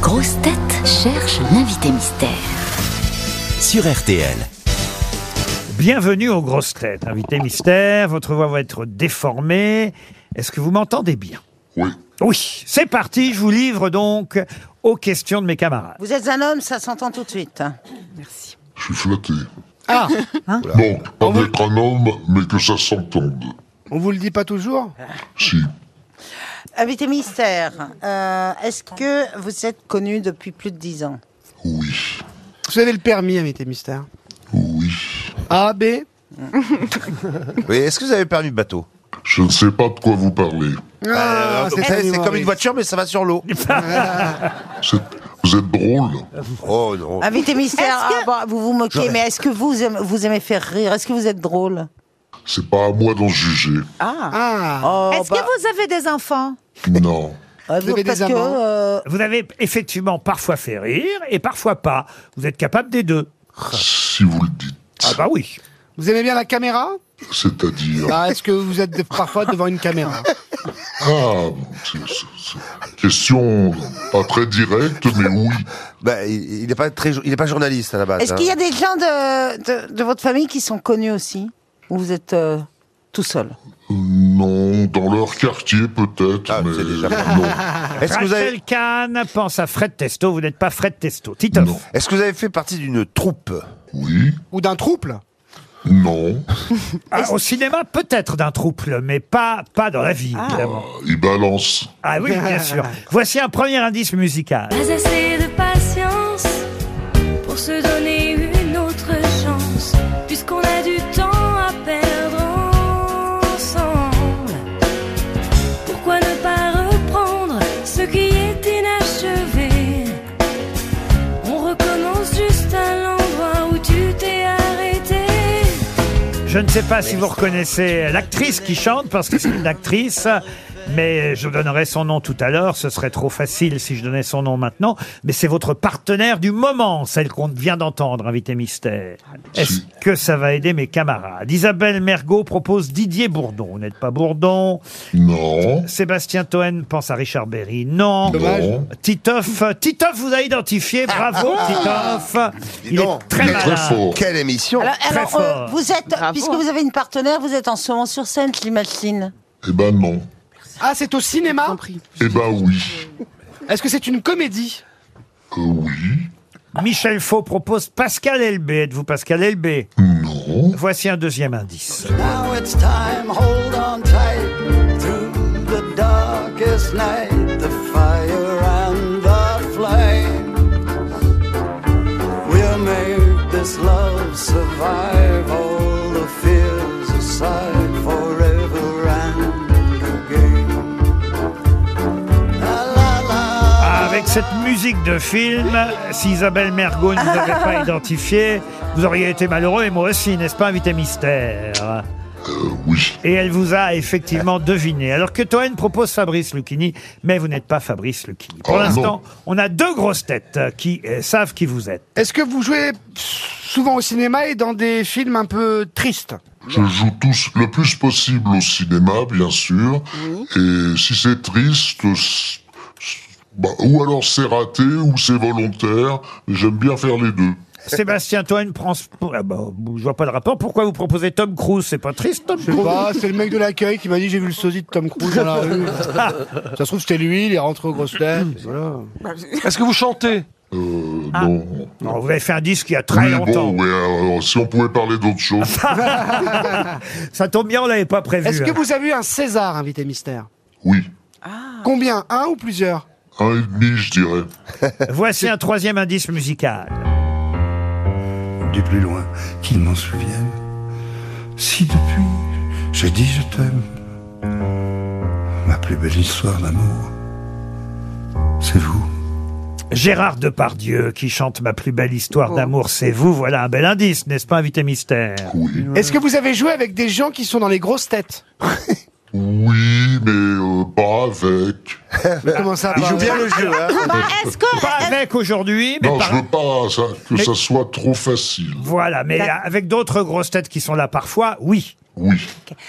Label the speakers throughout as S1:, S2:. S1: grosses têtes cherchent l'invité mystère.
S2: sur RTL.
S3: Bienvenue aux grosses têtes, invité mystère. Votre voix va être déformée. Est-ce que vous m'entendez bien Oui. Oui, c'est parti. Je vous livre donc aux questions de mes camarades.
S4: Vous êtes un homme, ça s'entend tout de suite.
S5: Je suis flatté.
S6: Ah,
S5: Donc, pas d'être un homme, mais que ça s'entende.
S6: on vous le dit pas toujours
S5: Si.
S4: Invité mystère, euh, est-ce que vous êtes connu depuis plus de 10 ans
S5: Oui.
S6: Vous avez le permis, invité mystère
S5: Oui.
S6: A, B
S2: Oui, est-ce que vous avez permis de bateau
S5: Je ne sais pas de quoi vous parlez.
S6: Ah,
S2: Vous savez, Euh, C'est
S6: animal,
S2: comme
S6: oui.
S2: une voiture, mais ça va sur l'eau.
S5: C'est- Vous êtes drôle.
S2: Oh non.
S4: Invité mystère, ah, bon, vous vous moquez, mais est-ce que vous aimez, vous aimez faire rire Est-ce que vous êtes drôle
S5: C'est pas à moi d'en juger.
S6: Ah,
S4: Oh,
S7: Est-ce
S4: bah,
S7: que vous avez des enfants
S5: Non.
S4: euh,
S6: vous avez
S4: parce
S6: des
S4: que,
S6: amants
S4: euh,
S3: Vous avez effectivement parfois fait rire et parfois pas. Vous êtes capable des deux.
S5: Si vous le dites.
S3: Ah bah oui.
S6: Vous aimez bien la caméra
S5: C'est-à-dire.
S6: Ah, Est-ce que vous êtes de- parfois devant une caméra
S5: Ah, c'est- c'est- c'est- question pas très directe, mais oui.
S2: Bah, il n'est pas très, jo- il est pas journaliste à la base.
S4: Est-ce
S2: hein.
S4: qu'il y a des gens de, de, de votre famille qui sont connus aussi Ou vous êtes euh, tout seul
S5: Non, dans leur quartier peut-être,
S2: Ah,
S5: mais
S2: c'est déjà pas
S5: non.
S2: hein. Est-ce que vous
S3: Rachel
S2: avez,
S3: Kahn pense à Fred Testo. Vous n'êtes pas Fred Testo. Titoff.
S5: Non.
S2: est-ce que vous avez fait partie d'une troupe
S5: Oui,
S6: Ou d'un trouble
S5: non.
S3: Ah, au cinéma, peut-être d'un trouble, mais pas, pas dans la
S2: Ah.
S3: vie, évidemment.
S5: Ils balancent.
S3: Ah oui, bien sûr. Voici un premier indice musical.
S8: Pas assez de patience pour se donner une autre chance, puisqu'on a du temps à perdre ensemble. Pourquoi ne pas reprendre ce qui est inachevé On recommence juste à l'endroit où tu t'es arrêté.
S3: Je ne sais pas si vous reconnaissez l'actrice qui chante, parce que c'est une actrice, mais je donnerai son nom tout à l'heure. Ce serait trop facile si je donnais son nom maintenant. Mais c'est votre partenaire du moment, celle qu'on vient d'entendre, invité mystère. Est-ce que ça va aider mes camarades Isabelle Mergot propose Didier Bourdon. Vous n'êtes pas Bourdon.
S5: Non.
S3: Sébastien Toen pense à Richard Berry. Non.
S5: Non.
S3: Titoff, Titoff vous a identifié. Bravo, Titoff. Il est
S2: donc,
S3: très
S5: Ah. Il est très
S3: malin.
S5: fort.
S2: Quelle émission
S4: Alors, alors, euh,
S3: fort.
S4: vous êtes, puisque vous avez une partenaire, vous êtes en ce moment sur scène, j'imagine.
S5: Eh ben non.
S6: Ah, c'est au cinéma
S5: Eh ben oui.
S6: Est-ce que c'est une comédie
S5: Euh, oui.
S3: Michel Faux propose Pascal Elbé. Êtes-vous Pascal Elbé
S5: Non.
S3: Voici un deuxième indice.
S9: Now it's time, hold on tight. Through the darkest night, the fire and the flame. We'll make this love survive all the fears aside forever and again. La la la.
S3: Ah, Avec cette musique de film, si Isabelle Mergo ne vous avait pas identifié, vous auriez été malheureux et moi aussi, n'est-ce pas, invité mystère
S5: Euh, oui.
S3: Et elle vous a effectivement deviné. Alors que Toen propose Fabrice Lucchini, mais vous n'êtes pas Fabrice Lucchini. Pour
S5: Oh non.
S3: l'instant, on a deux grosses têtes euh, qui euh, savent qui vous êtes.
S6: Est-ce que vous jouez souvent au cinéma et dans des films un peu tristes
S5: Je joue tous le plus possible au cinéma, bien sûr. Et si c'est triste, s- s- bah, ou alors c'est raté, ou c'est volontaire. mais J'aime bien faire les deux.
S3: Sébastien Toen prend... Ah bah, je vois pas le rapport. Pourquoi vous proposez Tom Cruise C'est pas triste, Tom Cruise
S6: Bah, c'est le mec de l'accueil qui m'a dit j'ai vu le sosie de Tom Cruise dans la rue. Ça se trouve c'était lui, il est rentré aux grosses têtes.
S2: Mmh.
S6: Voilà.
S10: Est-ce que vous chantez
S5: Euh, Non.
S3: Non, Vous avez fait un disque il y a Ah. très
S5: Oui,
S3: longtemps. Ah,
S5: bon, ouais, alors, si on pouvait parler d'autre chose.
S3: Ça tombe bien, on l'avait pas prévu.
S6: Est-ce que
S3: hein.
S6: vous avez eu un César, invité mystère
S5: Oui.
S6: Combien Un ou plusieurs
S5: Un et demi, je dirais.
S3: Voici un troisième indice musical.
S9: du plus loin qu'ils m'en souviennent. Si depuis j'ai dit je t'aime, ma plus belle histoire d'amour, c'est vous.
S3: Gérard Depardieu qui chante Ma plus belle histoire d'amour, c'est vous. Voilà un bel indice, n'est-ce pas, invité mystère
S5: Oui.
S6: Est-ce que vous avez joué avec des gens qui sont dans les grosses têtes
S5: Oui, mais euh, pas avec.
S6: Comment ça
S2: Il
S6: va
S2: joue bien le jeu. Hein.
S7: Est-ce que
S3: Pas avec aujourd'hui, mais
S5: Non,
S3: par-
S5: je veux pas ça- que
S3: Mais-
S5: ça soit trop facile.
S3: Voilà, mais avec d'autres grosses têtes qui sont là parfois, oui.
S5: Oui.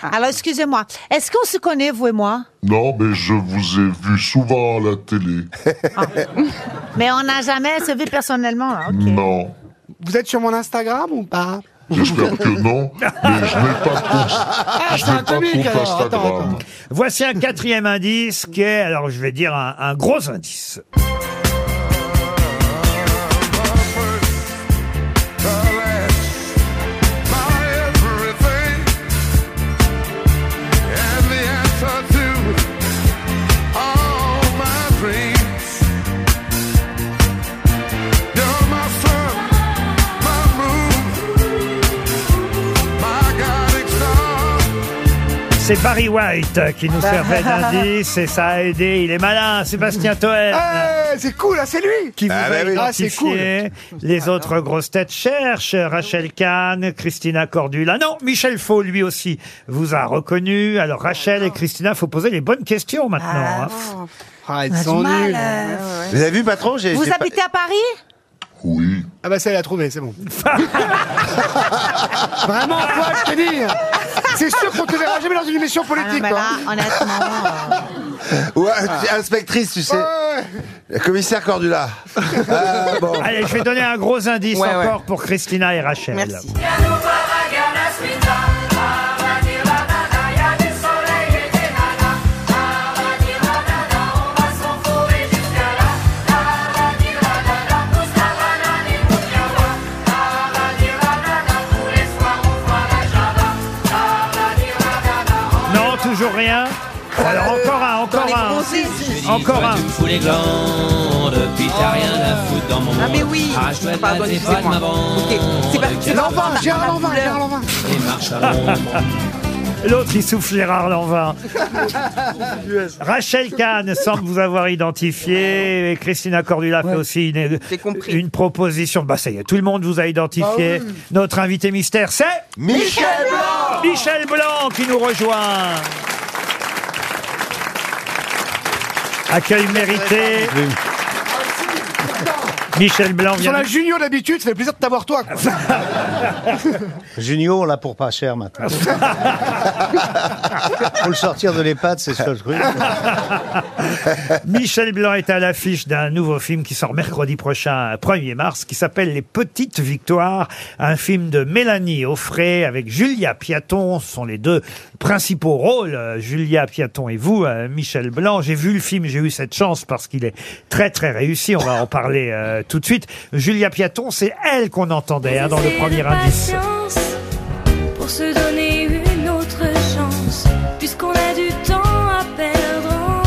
S7: Alors, excusez-moi. Est-ce qu'on se connaît, vous et moi
S5: Non, mais je vous ai vu souvent à la télé.
S7: Mais on n'a jamais se vu personnellement. hein, là.
S5: Non.
S6: Vous êtes sur mon Instagram ou pas
S5: J'espère que non, mais je n'ai pas
S6: Ah,
S5: Je n'ai pas compte Instagram.
S3: Voici un quatrième indice qui est, alors je vais dire un, un gros indice. C'est Barry White qui
S6: Bah.
S3: nous servait d'indice et ça a aidé. Il est malin, Sébastien Toen.
S6: c'est cool, ah, c'est lui
S3: Qui vous
S6: Ah,
S3: a
S6: bah oui. Ah, c'est
S3: identifié. Les autres grosses têtes cherchent Rachel Kahn, Christina Cordula. Non, Michel Faux, lui aussi, vous a reconnu. Alors, Rachel et Christina, faut poser les bonnes questions maintenant. hein.
S6: Ah, ils
S7: On a
S6: sont
S7: du mal,
S6: nuls.
S7: euh.
S2: Vous avez vu, patron j'ai- j'ai
S7: Vous
S2: pas-
S7: habitez à Paris
S6: Ah bah ça, elle a trouvé, c'est bon. Vraiment, quoi, je te dis C'est sûr qu'on te verra jamais dans une émission
S7: Ah non,
S6: politique,
S7: mais
S6: quoi.
S7: là, honnêtement. euh,
S2: Ouais, inspectrice, tu sais. La commissaire Cordula. Ah, bon.
S3: Allez, je vais donner un gros indice
S11: Ouais, ouais.
S3: encore pour Christina et Rachel.
S11: Merci.
S3: Non, toujours rien. Alors, encore un, encore un. Encore un.
S12: fous les glandes, puis t'as rien à foutre dans mon monde.
S11: Ah, mais oui.
S12: Ah, je dois te
S11: Pardon,
S12: battre, c'est pas de
S11: excusez-moi.
S12: ma bande.
S11: Ok, c'est parti.
S12: Le cœur
S7: Ah,
S11: L'envin,
S12: bat,
S11: Gérard
S12: la
S11: L'envin,
S12: couleur,
S11: Gérard L'envin.
S12: Et marche à l'ombre.
S3: L'autre, il souffle Gérard Lanvin. Rachel Kahn semble vous avoir identifié. Et Christina Cordula fait aussi une, une proposition. Bah, ça y est, tout le monde vous a
S6: Bah
S3: identifié. Notre invité mystère, c'est
S2: Michel
S3: Blanc Michel Blanc qui nous rejoint. Accueil mérité.
S6: Ah,
S3: Michel Blanc
S6: Sur
S3: vient
S6: la Junio d'habitude, ça fait plaisir de t'avoir toi. quoi.
S13: Junio, là pour pas cher maintenant. pour le sortir de l'EHPAD, c'est ça le truc.
S3: Michel Blanc est à l'affiche d'un nouveau film qui sort mercredi prochain, 1er mars, qui s'appelle Les Petites Victoires, un film de Mélanie Offray avec Julia Piaton. Ce sont les deux principaux rôles, euh, Julia Piaton et vous, euh, Michel Blanc. J'ai vu le film, j'ai eu cette chance parce qu'il est très très réussi. On va en parler euh, tout de suite. Julia Piaton, c'est elle qu'on entendait hein, dans le premier indice.
S8: patience pour se donner une autre chance, puisqu'on a du temps à perdre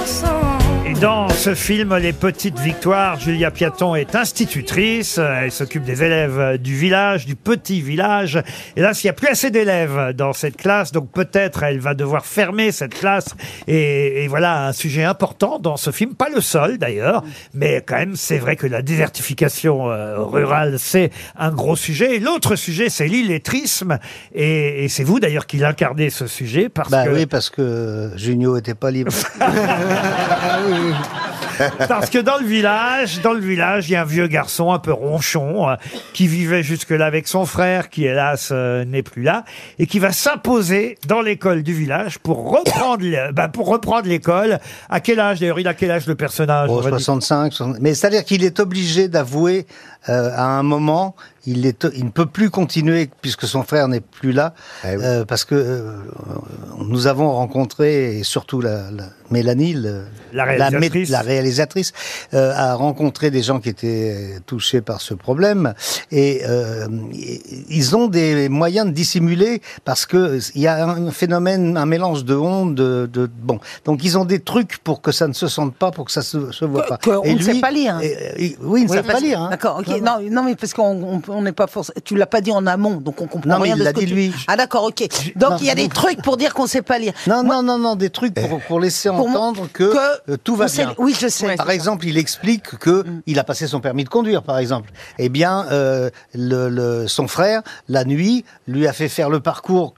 S8: ensemble.
S3: Et dans ce film, Les Petites Victoires, Julia Piaton est institutrice. Euh, Elle s'occupe des élèves euh, du village, du petit village. Et là, s'il n'y a plus assez d'élèves dans cette classe, donc peut-être elle va devoir fermer cette classe. Et, et voilà un sujet important dans ce film. Pas le seul d'ailleurs, mais quand même, c'est vrai que la désertification euh, rurale, c'est un gros sujet. Et l'autre sujet, c'est l'illettrisme. Et, et c'est vous d'ailleurs qui l'incarnez ce sujet parce
S13: Bah
S3: que
S13: oui, parce que Junio était pas libre.
S3: Parce que dans le village, dans le village, il y a un vieux garçon un peu ronchon euh, qui vivait jusque-là avec son frère, qui hélas euh, n'est plus là, et qui va s'imposer dans l'école du village pour reprendre, le- bah, pour reprendre l'école. À quel âge d'ailleurs Il a quel âge le personnage
S13: Bon,
S3: on va dire
S13: 65, 60. mais c'est-à-dire qu'il est obligé d'avouer euh, à un moment, il, est, il ne peut plus continuer puisque son frère n'est plus là,
S11: Eh
S13: euh, parce que euh, nous avons rencontré, et surtout la, la- Mélanie, le-
S3: La
S13: mé-
S3: réalisatrice.
S13: la réalisatrice, euh, a rencontré des gens qui étaient touchés par ce problème, et euh, i- ils ont des moyens de dissimuler parce que il y a un phénomène, un mélange de honte, de, de- bon, donc ils ont des trucs pour que ça ne se sente pas, pour que ça se, se voit pas.
S4: Qu'on
S13: Et
S4: ne sait
S13: lui-
S4: pas lire.
S13: et- et- oui, ils ne savent
S4: parce-
S13: pas lire. hein.
S4: D'accord, ok.
S13: Non,
S4: Non, non, mais parce qu'on on- on n'est pas forcément. Tu l'as pas dit en amont, donc on comprend
S13: Non, mais
S4: rien
S13: il
S4: de
S13: l'a
S4: ce que
S13: dit
S4: tu-
S13: lui.
S4: Ah, d'accord, ok.
S13: Non.
S4: Donc il y a des trucs pour dire qu'on sait pas lire.
S13: Non, non, non, non, des trucs pour, pour laisser
S4: Eh. Pour moi,
S13: entendre que,
S4: que
S13: euh, tout va
S4: on sait-
S13: bien.
S4: oui, je sais. Mm. Ouais,
S13: par
S4: c'est ça.
S13: exemple, il explique que il a passé son permis de conduire, par exemple. Eh bien, euh, le, le- son frère, la nuit, lui a fait faire le parcours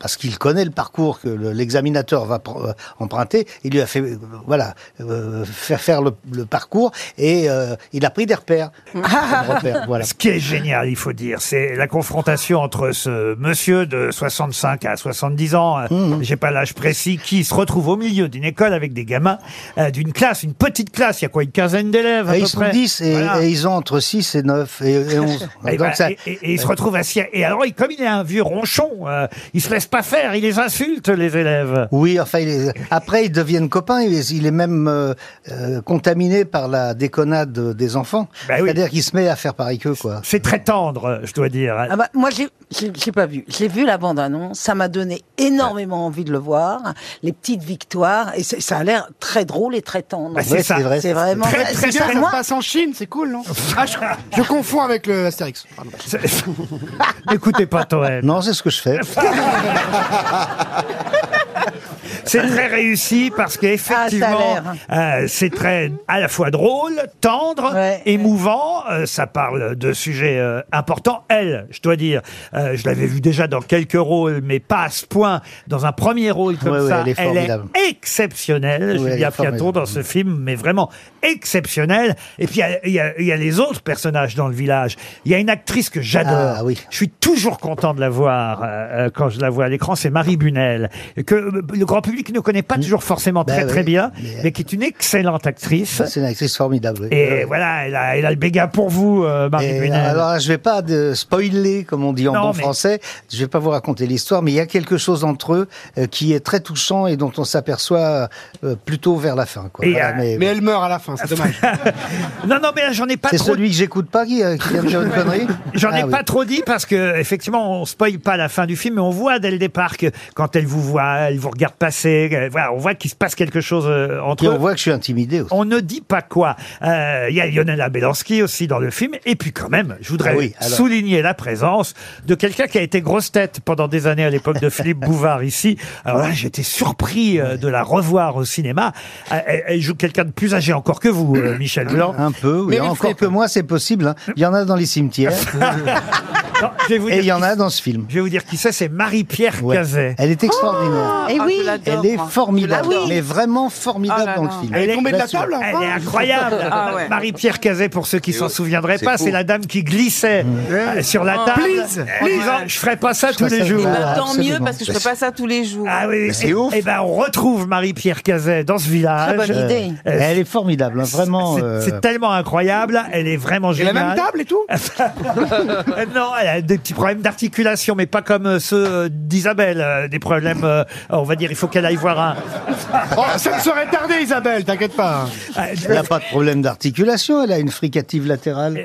S13: parce qu'il connaît le parcours que le- l'examinateur va pr- euh, emprunter, il lui a fait, euh, voilà, euh, faire faire le, le parcours et euh, il a pris des repères.
S4: Mm.
S13: Des repères, voilà.
S3: Ce qui est génial, il faut dire, c'est la confrontation entre ce monsieur de 65 à 70 ans, euh,
S13: Mmh.
S3: j'ai pas l'âge précis, qui se retrouve au milieu d'une école avec des gamins, euh, d'une classe, une petite classe, il y a quoi, une quinzaine d'élèves à
S13: Et
S3: peu
S13: ils sont
S3: près
S13: 10 et,
S3: Voilà.
S13: et ils ont entre 6 et 9 et, et 11.
S4: Eh
S3: Et,
S4: ben,
S3: voilà, et- et- et il se retrouve assis. à- Et alors, il- comme il est un vieux ronchon, euh, il se laisse pas faire, il les insulte, les élèves.
S13: Oui, enfin, il est- après, ils deviennent copains. Il est, il est même euh, euh, contaminé par la déconnade des enfants.
S3: Bah
S13: C'est-à-dire qu'il se met à faire pareil qu'eux, quoi.
S3: C'est très tendre, je dois dire.
S4: Ah bah, moi, j'ai- j'ai j'ai pas vu. J'ai vu la bande-annonce. Ça m'a donné énormément envie de le voir. Les petites victoires. Et c'est- ça a l'air très drôle et très tendre.
S6: Bah, c'est Ouais, ça. c'est vrai.
S4: C'est vraiment.
S6: Très, très,
S4: c'est
S6: très
S4: ça,
S6: tendre.
S4: moi.
S6: passe en Chine, c'est cool, non Ah, je, je confonds avec le Astérix. Pardon.
S3: N'écoutez pas Toen.
S13: Non, c'est ce que je fais.
S3: C'est très réussi parce qu'effectivement,
S4: Ah,
S3: euh, c'est très à la fois drôle, tendre, émouvant. euh, ça parle de sujets euh, importants. Elle, je dois dire, euh, je l'avais vue déjà dans quelques rôles, mais pas à ce point. Dans un premier rôle comme
S13: Ouais, ouais,
S3: ça,
S13: elle est formidable.
S3: exceptionnelle.
S13: Ouais, elle
S3: Julia
S13: est formidable.
S3: Piatto dans ce film, mais vraiment exceptionnelle. Et puis il y a- il y, a- il y a les autres personnages dans le village. Il y a une actrice que j'adore.
S13: Ah, oui.
S3: Je suis toujours content de la voir euh, euh, quand je la vois à l'écran. C'est Marie Bunel, que euh, le grand public ne connaît pas toujours forcément très
S13: Mm. Bah oui, euh,
S3: très bien, mais qui est une excellente actrice.
S13: C'est une actrice formidable. oui.
S3: Et voilà, elle a, elle a le béga pour vous, euh, Marie
S13: Et
S3: Bunel.
S13: alors, là, je vais pas de spoiler, comme on dit en
S3: Non,
S13: bon
S3: mais-
S13: français. Je vais pas vous raconter l'histoire, mais il y a quelque chose entre eux euh, qui est très touchant et dont on s'aperçoit euh, plutôt vers la fin. Quoi.
S3: Et,
S13: Voilà,
S3: euh,
S13: mais
S6: Mais elle meurt à la fin, Ah, c'est dommage.
S3: non, non, mais là, j'en ai pas
S13: c'est
S3: trop.
S13: celui que j'écoute pas qui, euh, qui vient de dire une connerie.
S3: J'en ai
S13: Ah oui.
S3: pas trop dit parce que effectivement on spoil pas la fin du film mais on voit dès le départ que quand elle vous voit, elle vous regarde passer, euh, voilà, on voit qu'il se passe quelque chose euh, entre
S13: Et
S3: eux.
S13: on voit que je suis intimidé aussi.
S3: On ne dit pas quoi. Euh, Il y a Lionel Belansky aussi dans le film. Et puis quand même, je voudrais
S13: Ah oui, alors.
S3: souligner la présence de quelqu'un qui a été grosse tête pendant des années à l'époque de Philippe Bouvard ici. Alors là, j'étais surpris euh, de la revoir au cinéma. Euh, Elle, elle joue quelqu'un de plus âgé encore que vous, euh, Michel Blanc.
S13: Un peu, oui.
S3: Meryl
S13: Encore
S3: Streep.
S13: que moi, c'est possible. hein. Il y en a dans les cimetières.
S3: Non, je vais vous
S13: Et
S3: dire
S13: il y en
S3: qui-
S13: a dans ce film.
S3: Je vais vous dire qui c'est, c'est Marie-Pierre
S13: Ouais.
S3: Cazet.
S13: Elle est extraordinaire.
S11: Oh Ah,
S4: Eh oui.
S13: Elle est formidable, mais vraiment formidable
S4: Oh là
S13: dans le
S4: là.
S13: film.
S3: Elle est
S13: tombée de la table
S3: Elle est incroyable.
S13: Ah ouais.
S3: Marie-Pierre Cazet, pour ceux qui s'en souviendraient
S13: C'est
S3: pas,
S13: fou. Mmh.
S3: c'est la dame qui glissait euh, sur la
S11: Oh.
S3: table
S11: Please,
S3: en disant je ferai pas ça tous les jours.
S11: Et bah, tant mieux parce que je fais pas ça tous les jours.
S3: Ah oui, et, et ben on retrouve Marie-Pierre Cazet dans ce village.
S11: Très bonne idée.
S3: Euh,
S13: Elle est formidable, hein, vraiment.
S3: c'est-
S13: euh,
S3: C'est tellement incroyable, elle est vraiment
S6: Et la
S3: géniale.
S6: même table et tout
S3: Euh, non, elle a des petits problèmes d'articulation, mais pas comme euh, ceux euh, d'Isabelle. euh, Des problèmes, euh, on va dire, il faut qu'elle aille voir un.
S6: Oh, ça ne serait tardé, Isabelle, t'inquiète pas.
S13: Elle n'a pas de problème d'articulation, elle a une fricative latérale.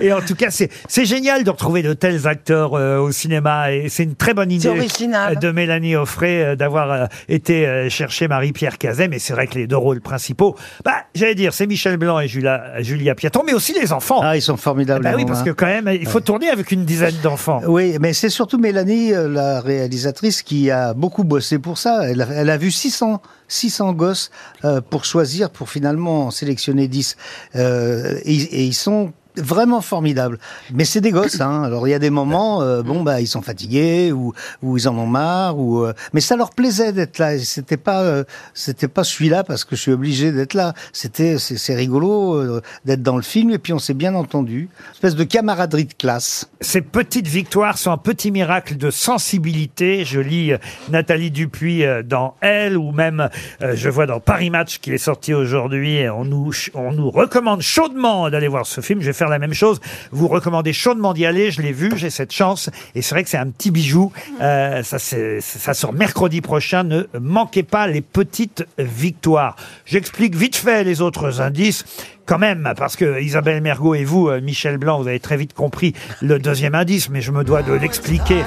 S3: Et en tout cas, c'est c'est génial de retrouver de tels acteurs euh, au cinéma et c'est une très bonne idée
S4: C'est original.
S3: euh, de Mélanie Offray euh, d'avoir euh, été euh, chercher Marie-Pierre Cazet. Mais c'est vrai que les deux rôles principaux, bah, j'allais dire, c'est Michel Blanc et Julia, Julia Piaton, mais aussi les enfants.
S13: Ah, ils sont formidables.
S3: Bah oui,
S13: les
S3: parce que
S13: Romains.
S3: quand même, il faut tourner avec une dizaine d'enfants.
S13: Oui, mais c'est surtout Mélanie, euh, la réalisatrice, qui a beaucoup bossé pour ça. Elle a, elle a vu 600, 600 gosses euh, pour choisir, pour finalement en sélectionner 10. Euh, et, et ils sont vraiment formidables. Mais c'est des gosses, hein. Alors il y a des moments, euh, bon bah ils sont fatigués ou, ou ils en ont marre ou euh, mais ça leur plaisait d'être là. Et C'était pas euh, c'était pas celui-là parce que je suis obligé d'être là. C'était c'est c'est rigolo euh, d'être dans le film et puis on s'est bien entendu. Espèce de camaraderie de classe.
S3: Ces petites victoires sont un petit miracle de sensibilité. Je lis euh, Nathalie Dupuis euh, dans Elle, ou même euh, je vois dans Paris Match qu'il est sorti aujourd'hui. et On nous, ch- on nous recommande chaudement d'aller voir ce film. Je vais faire la même chose. Vous recommandez chaudement d'y aller. Je l'ai vu, j'ai cette chance. Et c'est vrai que c'est un petit bijou. Euh, ça, c'est- ça sort mercredi prochain. Ne manquez pas les petites victoires. J'explique vite fait les autres indices quand même, parce que Isabelle Mergot et vous, euh, Michel Blanc, vous avez très vite compris le deuxième indice, mais je me dois de l'expliquer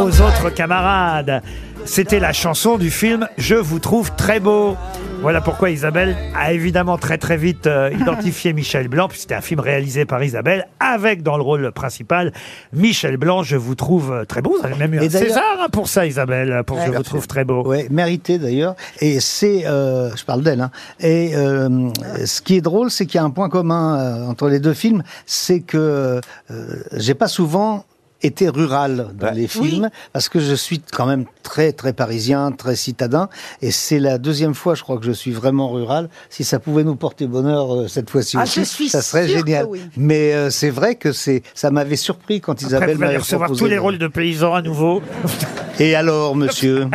S3: aux autres camarades. C'était la chanson du film Je vous trouve très beau. Voilà pourquoi Isabelle a évidemment très très vite euh, identifié Michel Blanc, puisque c'était un film réalisé par Isabelle, avec dans le rôle principal Michel Blanc, Je vous trouve euh, très beau. Vous avez même eu un
S13: Et d'ailleurs-
S3: César hein, pour ça, Isabelle, pour Je vous trouve très beau.
S13: Ouais, mérité d'ailleurs. Et c'est, euh, je parle d'elle. hein. et euh, ce qui est drôle, c'est qu'il y a un point commun euh, entre les deux films, c'est que euh, j'ai pas souvent été rural dans les films, parce que je suis quand même très très parisien, très citadin, et c'est la deuxième fois, je crois, que je suis vraiment rural. Si ça pouvait nous porter bonheur euh, cette fois-ci
S4: Ah,
S13: aussi,
S4: je suis
S13: ça serait
S4: sûre que
S13: génial.
S4: oui.
S13: Mais euh, c'est vrai que c'est, ça m'avait surpris quand
S3: Après,
S13: Isabelle
S3: vous allez
S13: m'avait
S3: recevoir
S13: proposé
S3: tous les
S13: de-
S3: rôles de paysans à nouveau.
S13: Et alors, monsieur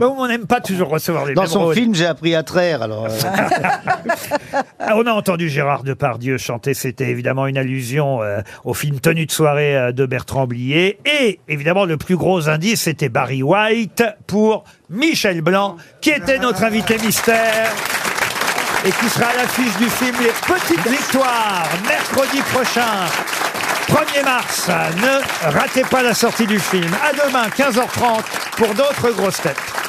S3: Mais on n'aime pas toujours recevoir les
S13: Dans
S3: mêmes
S13: son
S3: rôles.
S13: film, j'ai appris à traire, alors. euh,
S3: Ah, on a entendu Gérard Depardieu chanter, c'était évidemment une allusion euh, au film Tenue de soirée euh, de Bertrand Blier. Et évidemment, le plus gros indice, c'était Barry White pour Michel Blanc, qui était notre invité mystère. Et qui sera à l'affiche du film Les Petites Victoires, mercredi prochain, 1er mars. Ne ratez pas la sortie du film. À demain, 15h30, pour d'autres grosses têtes.